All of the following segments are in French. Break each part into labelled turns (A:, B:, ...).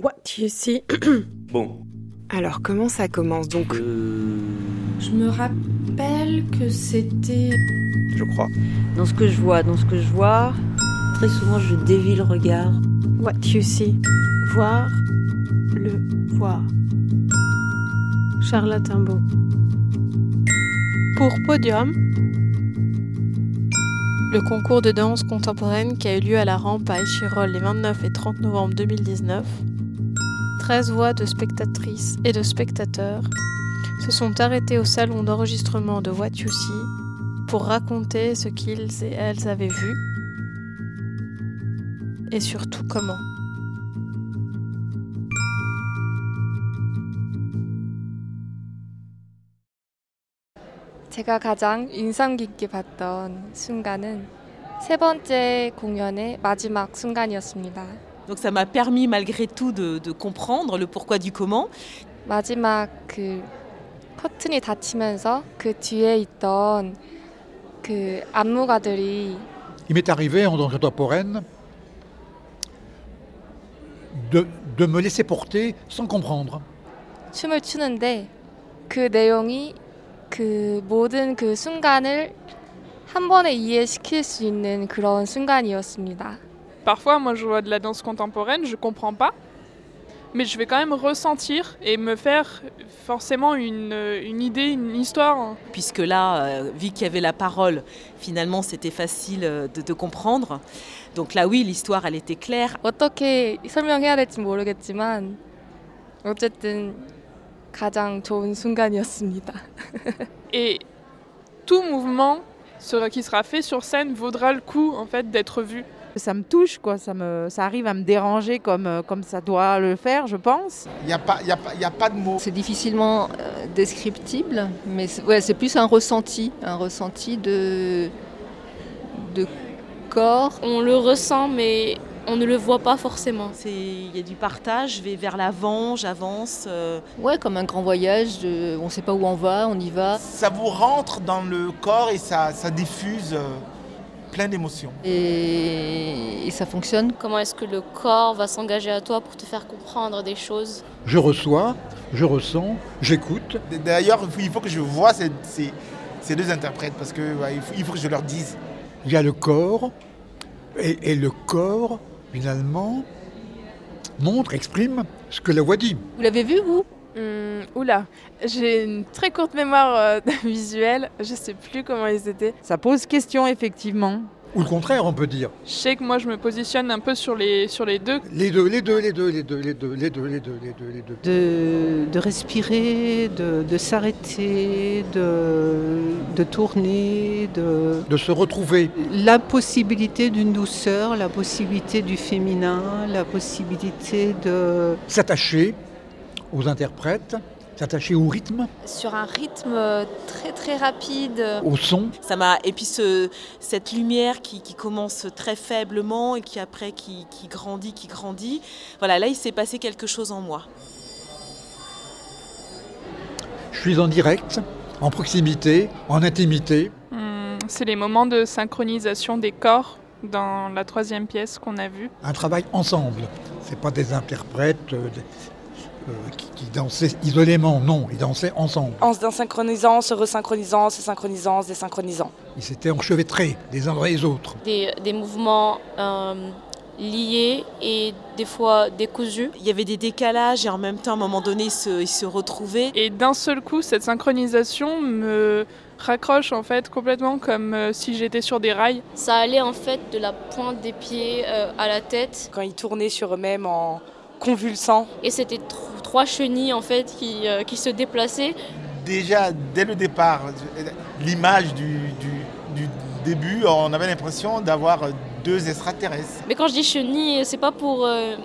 A: What you see.
B: Bon.
C: Alors comment ça commence donc
D: Je me rappelle que c'était.
B: Je crois.
E: Dans ce que je vois, dans ce que je vois, très souvent je dévie le regard.
A: What you see.
F: Voir le voir. Charlotte Imbaud. Pour Podium, le concours de danse contemporaine qui a eu lieu à la rampe à Échirol les 29 et 30 novembre 2019, 13 voix de spectatrices et de spectateurs se sont arrêtées au salon d'enregistrement de What You See pour raconter ce qu'ils et elles avaient vu et surtout comment.
G: 제가 가장 인상 깊게 봤던 순간은 세 번째 공연의 마지막 순간이었습니다.
H: Donc ça m'a permis malgré tout de, de comprendre le pourquoi du comment.
G: 마지막 그 커튼이 닫히면서 그 뒤에 있던 그 안무가들이
I: Il m'est arrivé en danse contemporaine de, de me laisser porter sans comprendre.
G: 춤을 추는데 그 내용이 그 모든 그 순간을 한 번에 이해시킬 수 있는 그런 순간이었습니다.
J: Parfois, moi, je vois de la danse contemporaine, je comprends pas, mais je vais quand même ressentir et me faire forcément une, euh, une idée, une histoire.
H: Puisque là, euh, vu qu'il y avait la parole, finalement c'était facile euh, de, de comprendre. Donc là oui, l'histoire elle était claire.
G: 어떻게 설명해야 될지 모르겠지만 어쨌든 가장 좋은 순간이었습니다.
J: Et tout mouvement sera, qui sera fait sur scène vaudra le coup en fait d'être vu.
K: Ça me touche, quoi. Ça, me, ça arrive à me déranger comme, comme ça doit le faire, je pense.
I: Il n'y a, pas- il y a, pas- il y a pas de mots.
L: C'est difficilement euh, descriptible, mais c'est ouais, c'est plus un ressenti, un ressenti de, de corps.
M: On le ressent, mais on ne le voit pas forcément.
H: C'est- Il y a du partage, je vais vers l'avant, j'avance. euh,
L: Ouais, comme un grand voyage, de- on ne sait pas où on va, on y va.
N: Ça vous rentre dans le corps et ça, ça diffuse euh, plein d'émotions.
L: Et, et ça fonctionne.
M: Comment est-ce que le corps va s'engager à toi pour te faire comprendre des choses
I: Je reçois, je ressens, j'écoute.
N: D- D'ailleurs, il faut- il faut que je vois ces, ces- ces deux interprètes parce que ouais, il, faut, il faut que je leur dise.
I: Il y a le corps, et, et le corps, finalement, montre, exprime ce que la voix dit.
L: Vous l'avez vu, vous
F: Hum, oula, j'ai une très courte mémoire euh, visuelle, je sais plus comment ils étaient.
K: Ça pose question, effectivement.
I: Ou le contraire, on peut dire.
J: Je sais que moi, je me positionne un peu sur les, sur les deux.
I: Les deux, les deux, les deux, les deux, les deux, les deux, les deux, les deux, les deux.
O: de, de respirer, de, de s'arrêter, de, de tourner, de...
I: De se retrouver.
O: La possibilité d'une douceur, la possibilité du féminin, la possibilité de...
I: S'attacher aux interprètes, s'attacher au rythme,
P: sur un rythme euh, très très rapide.
I: au son.
H: Ça m'a et puis ce- cette lumière qui, qui commence très faiblement et qui après qui, qui grandit, qui grandit. Voilà, là il s'est passé quelque chose en moi.
I: Je suis en direct, en proximité, en intimité.
J: Hum, c'est les moments de synchronisation des corps dans la troisième pièce qu'on a vue.
I: Un travail ensemble. C'est pas des interprètes euh, des- euh, qui, qui dansaient isolément, non, ils dansaient ensemble.
Q: En se désynchronisant, se resynchronisant, se synchronisant, se désynchronisant.
I: Ils s'étaient enchevêtrés les uns dans les autres.
M: Des, des mouvements euh, liés et des fois décousus.
H: Il y avait des décalages et en même temps à un moment donné ils se, ils se retrouvaient.
J: Et d'un seul coup, cette synchronisation me raccroche en fait complètement comme euh, si j'étais sur des rails.
M: Ça allait en fait de la pointe des pieds euh, à la tête.
Q: Quand ils tournaient sur eux-mêmes en convulsant.
M: Et c'était tr- trois chenilles en fait qui, euh, qui se déplaçaient.
N: Déjà, dès le départ, euh, l'image du, du- du début, on avait l'impression d'avoir deux extraterrestres.
M: Mais quand je dis chenilles, c'est pas pour euh,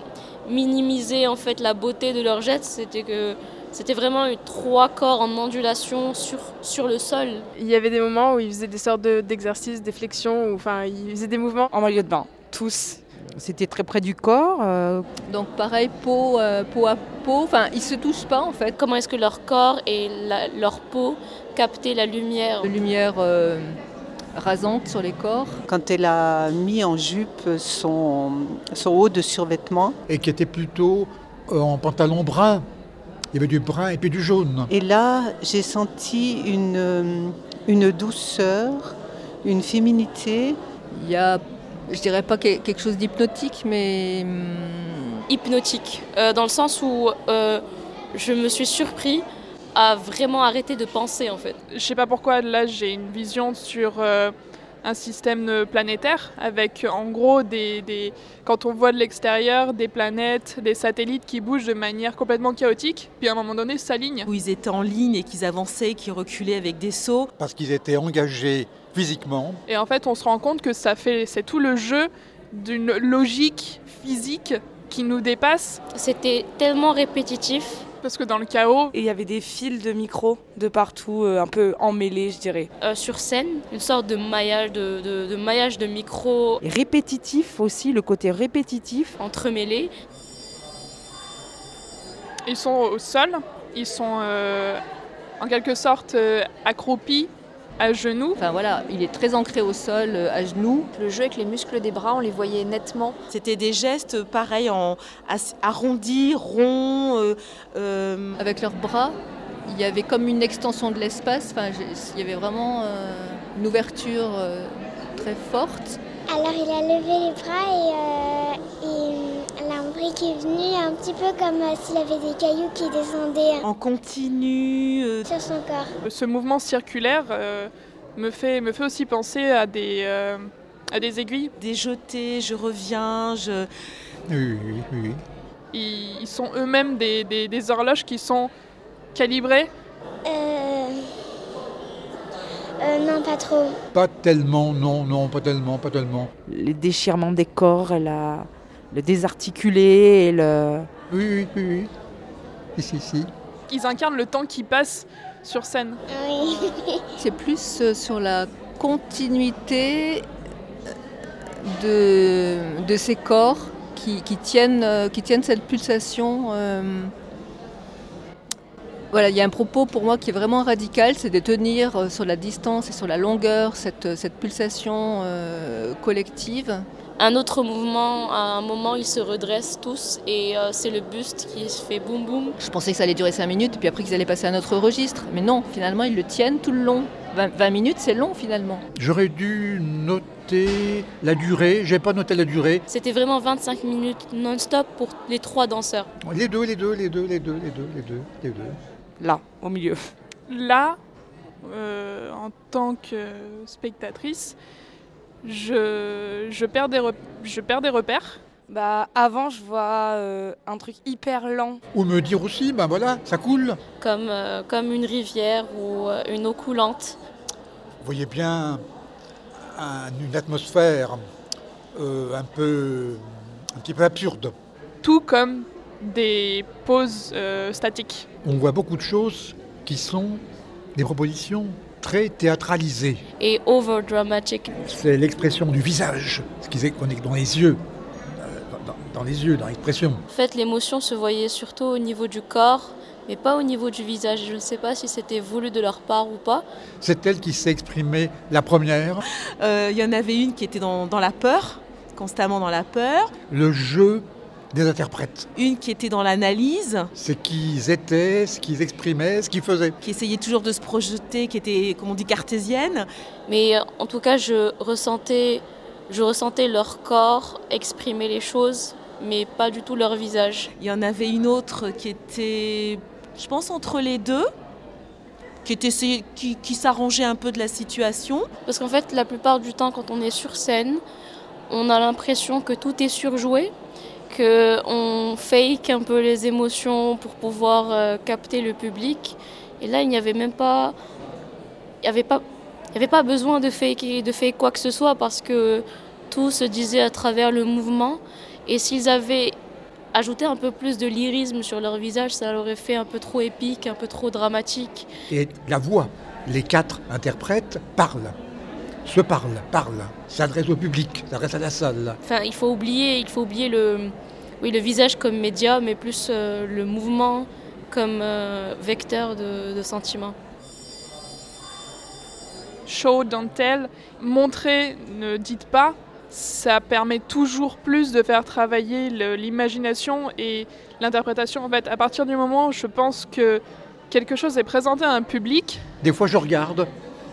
M: minimiser en fait la beauté de leur jet, c'était que c'était vraiment eu trois corps en ondulation sur, sur le sol.
F: Il y avait des moments où ils faisaient des sortes de- d'exercices, des flexions, ou, enfin ils faisaient des mouvements. En milieu de bain, tous.
K: C'était très près du corps. euh,
L: Donc pareil, peau, euh, peau à peau, enfin ils se touchent pas en fait.
M: Comment est-ce que leur corps et la- leur peau captaient la lumière
L: De lumière euh, rasante sur les corps.
O: Quand elle a mis en jupe son, son haut de survêtement,
I: Et qui étaient plutôt euh, en pantalon brun. Il y avait du brun et puis du jaune.
O: Et là, j'ai senti une, euh, une douceur, une féminité.
L: Il y a, je dirais pas que- quelque chose d'hypnotique, mais hum,
M: hypnotique, euh, dans le sens où euh, je me suis surpris à vraiment arrêter de penser en fait.
J: Je sais pas pourquoi, là j'ai une vision sur euh, un système euh, planétaire avec euh, en gros des, des- Quand on voit de l'extérieur des planètes, des satellites qui bougent de manière complètement chaotique, puis à un moment donné s'alignent.
H: Où ils étaient en ligne et qu'ils avançaient, qu'ils reculaient avec des sauts.
I: Parce qu'ils étaient engagés physiquement.
J: Et en fait on se rend compte que ça fait. C'est tout le jeu d'une logique physique qui nous dépasse.
M: C'était tellement répétitif.
J: Parce que dans le chaos.
Q: Et il y avait des fils de micros de partout, euh, un peu emmêlés, je dirais.
M: Euh, sur scène, une sorte de maillage de, de, de maillage de micro
K: Et répétitif aussi, le côté répétitif.
M: entremêlés.
J: Ils sont au sol, ils sont euh, en quelque sorte euh, accroupis à genoux.
L: enfin voilà, il est très ancré au sol, euh, à genoux.
P: Le jeu avec les muscles des bras, on les voyait nettement.
H: C'était des gestes euh, pareils, en as- arrondis, ronds. euh, euh,
L: Avec leurs bras, il y avait comme une extension de l'espace. Enfin, j'ai- il y avait vraiment euh, une ouverture euh, très forte.
R: Alors il a levé les bras et, euh, et, euh, la lambris qui est venue, un petit peu comme euh, s'il avait des cailloux qui descendaient
H: en continu. euh,
R: sur son corps.
J: Ce mouvement circulaire euh, me, fait, me fait aussi penser à des, euh, à des aiguilles.
H: des jetés, je reviens, je...
I: Oui, oui, oui, oui.
J: Ils, ils sont eux-mêmes des, des- des horloges qui sont calibrées.
R: Euh... euh, non, pas trop.
I: Pas tellement, non, non, pas tellement, pas tellement.
K: Les déchirements des corps, la, le désarticulé et le...
I: Oui, oui, oui, oui. Ici, ici.
J: Ils incarnent le temps qui passe sur scène.
R: Ah Oui.
L: C'est plus euh, sur la continuité de, de ces corps qui, qui tiennent, euh, qui tiennent cette pulsation. euh. Voilà, il y a un propos pour moi qui est vraiment radical, c'est de tenir euh, sur la distance et sur la longueur cette, cette pulsation euh, collective.
M: Un autre mouvement, à un moment, ils se redressent tous et euh, c'est le buste qui se fait boum boum.
L: Je pensais que ça allait durer 5 minutes, puis après qu'ils allaient passer à un autre registre. Mais non, finalement, ils le tiennent tout le long. 20, 20 minutes, c'est long finalement.
I: J'aurais dû noter la durée. J'ai pas noté la durée.
M: C'était vraiment 25 minutes non-stop pour les trois danseurs.
I: Les deux, les deux, les deux, les deux, les deux, les deux, les deux.
K: Là, au milieu.
J: Là, euh, en tant que spectatrice, je, je perds des rep- je perds des repères.
Q: Bah, avant, je vois euh, un truc hyper lent.
I: Ou me dire aussi, ben voilà, ça coule.
M: Comme, euh, comme une rivière ou euh, une eau coulante.
I: Vous voyez bien un- une atmosphère euh, un peu, un petit peu absurde.
J: Tout comme des poses euh, statiques.
I: On voit beaucoup de choses qui sont des propositions très théâtralisées.
M: Et overdramatic.
I: C'est l'expression du visage, ce qui est qu'on est dans les yeux, euh, dans, dans les yeux, dans l'expression.
M: En fait, l'émotion se voyait surtout au niveau du corps, mais pas au niveau du visage. Je ne sais pas si c'était voulu de leur part ou pas.
I: C'est elle qui s'est exprimée la première.
H: Euh, Il y en avait une qui était dans, dans la peur, constamment dans la peur.
I: Le jeu des interprètes.
H: Une qui était dans l'analyse,
I: Ce qu'ils étaient, ce qu'ils exprimaient, ce qu'ils faisaient.
H: qui essayait toujours de se projeter, qui était, comme on dit, cartésienne.
M: Mais euh, en tout cas, je ressentais, je ressentais leur corps exprimer les choses, mais pas du tout leur visage.
H: Il y en avait une autre qui était, je pense, entre les deux, qui, était- qui- qui s'arrangeait un peu de la situation.
M: Parce qu'en fait, la plupart du temps, quand on est sur scène, on a l'impression que tout est surjoué, que on fake un peu les émotions pour pouvoir euh, capter le public. Et là, il n'y avait même pas, il n'y avait pas, il n'y avait pas besoin de faker, de fake quoi que ce soit parce que tout se disait à travers le mouvement. Et s'ils avaient ajouté un peu plus de lyrisme sur leur visage, ça aurait fait un peu trop épique, un peu trop dramatique.
I: Et la voix, les quatre interprètes parlent, se parlent, parlent, s'adressent au public, s'adressent à la salle.
M: Enfin, il faut oublier, il faut oublier le, oui, le visage comme média, mais plus euh, le mouvement comme euh, vecteur de, de sentiments.
J: Show, don't tell, montrez, ne dites pas. ça permet toujours plus de faire travailler le- l'imagination et l'interprétation. En fait, à partir du moment où je pense que quelque chose est présenté à un public,
I: Des fois, je regarde.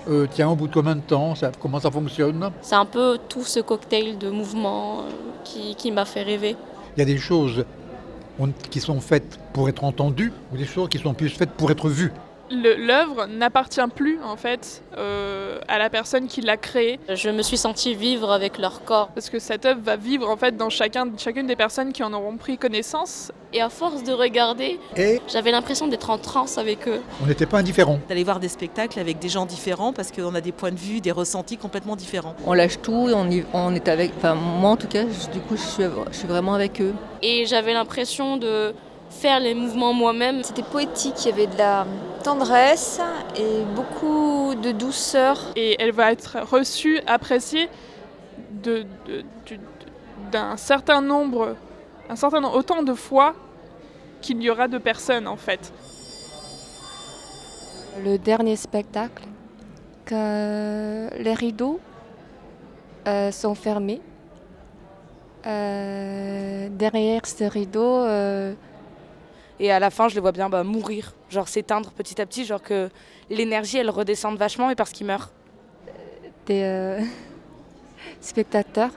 I: euh, tiens, au bout de combien de temps ça, Comment ça fonctionne
M: C'est un peu tout ce cocktail de mouvements euh, qui, qui m'a fait rêver.
I: Il y a des choses on- qui sont faites pour être entendues ou des choses qui sont plus faites pour être vues.
J: le- l'œuvre n'appartient plus en fait euh, à la personne qui l'a créée.
M: Je me suis sentie vivre avec leur corps.
J: Parce que cette œuvre va vivre en fait dans chacun, chacune des personnes qui en auront pris connaissance.
M: Et à force de regarder,
I: Et
M: j'avais l'impression d'être en transe avec eux.
I: on n'était pas indifférent.
H: D'aller voir des spectacles avec des gens différents parce qu'on a des points de vue, des ressentis complètement différents.
L: On lâche tout et on, y- on est avec. Enfin, moi en tout cas, je- du coup, je suis, je suis vraiment avec eux.
M: Et j'avais l'impression de faire les mouvements moi-même. C'était poétique, il y avait de la...
P: Tendresse et beaucoup de douceur.
J: Et elle va être reçue, appréciée de- de- du- de- d'un certain nombre, un certain nombre, autant de fois qu'il y aura de personnes en fait.
G: Le dernier spectacle, que les rideaux euh, sont fermés. Euh, derrière ces rideaux, euh,
Q: Et à la fin, je les vois bien bah, mourir, genre s'éteindre petit à petit, genre que l'énergie, elle redescende vachement, mais parce qu'ils meurent.
G: des euh, spectateurs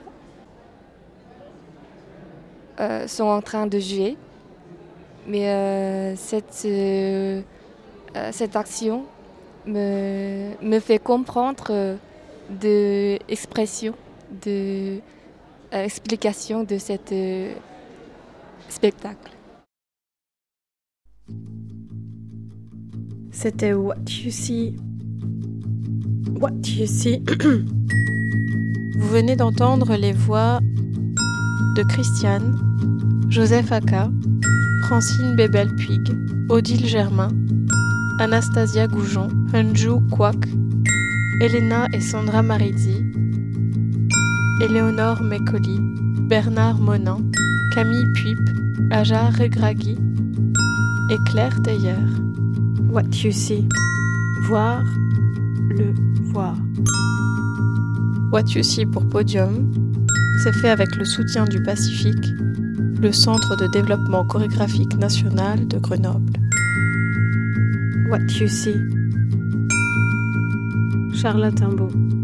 G: euh, sont en train de jouer. Mais euh, cette, euh, euh, cette action me, me fait comprendre euh, de expression, de euh, explication de cet euh, spectacle.
A: C'était What You See. What You See.
F: Vous venez d'entendre les voix de Christiane, Joseph Aka, Francine Bébel-Puig, Odile Germain, Anastasia Goujon, Hunju Kwak, Elena et Sandra Marizzi, Éléonore Mécoli, Bernard Monin, Camille Puip, Ajar Regragui et Claire Teyer.
A: What You See. Voir le voir.
F: What You See pour Podium, c'est fait avec le soutien du Pacifique, le Centre de développement chorégraphique national de Grenoble.
A: What You See. Charlotte Imbeau.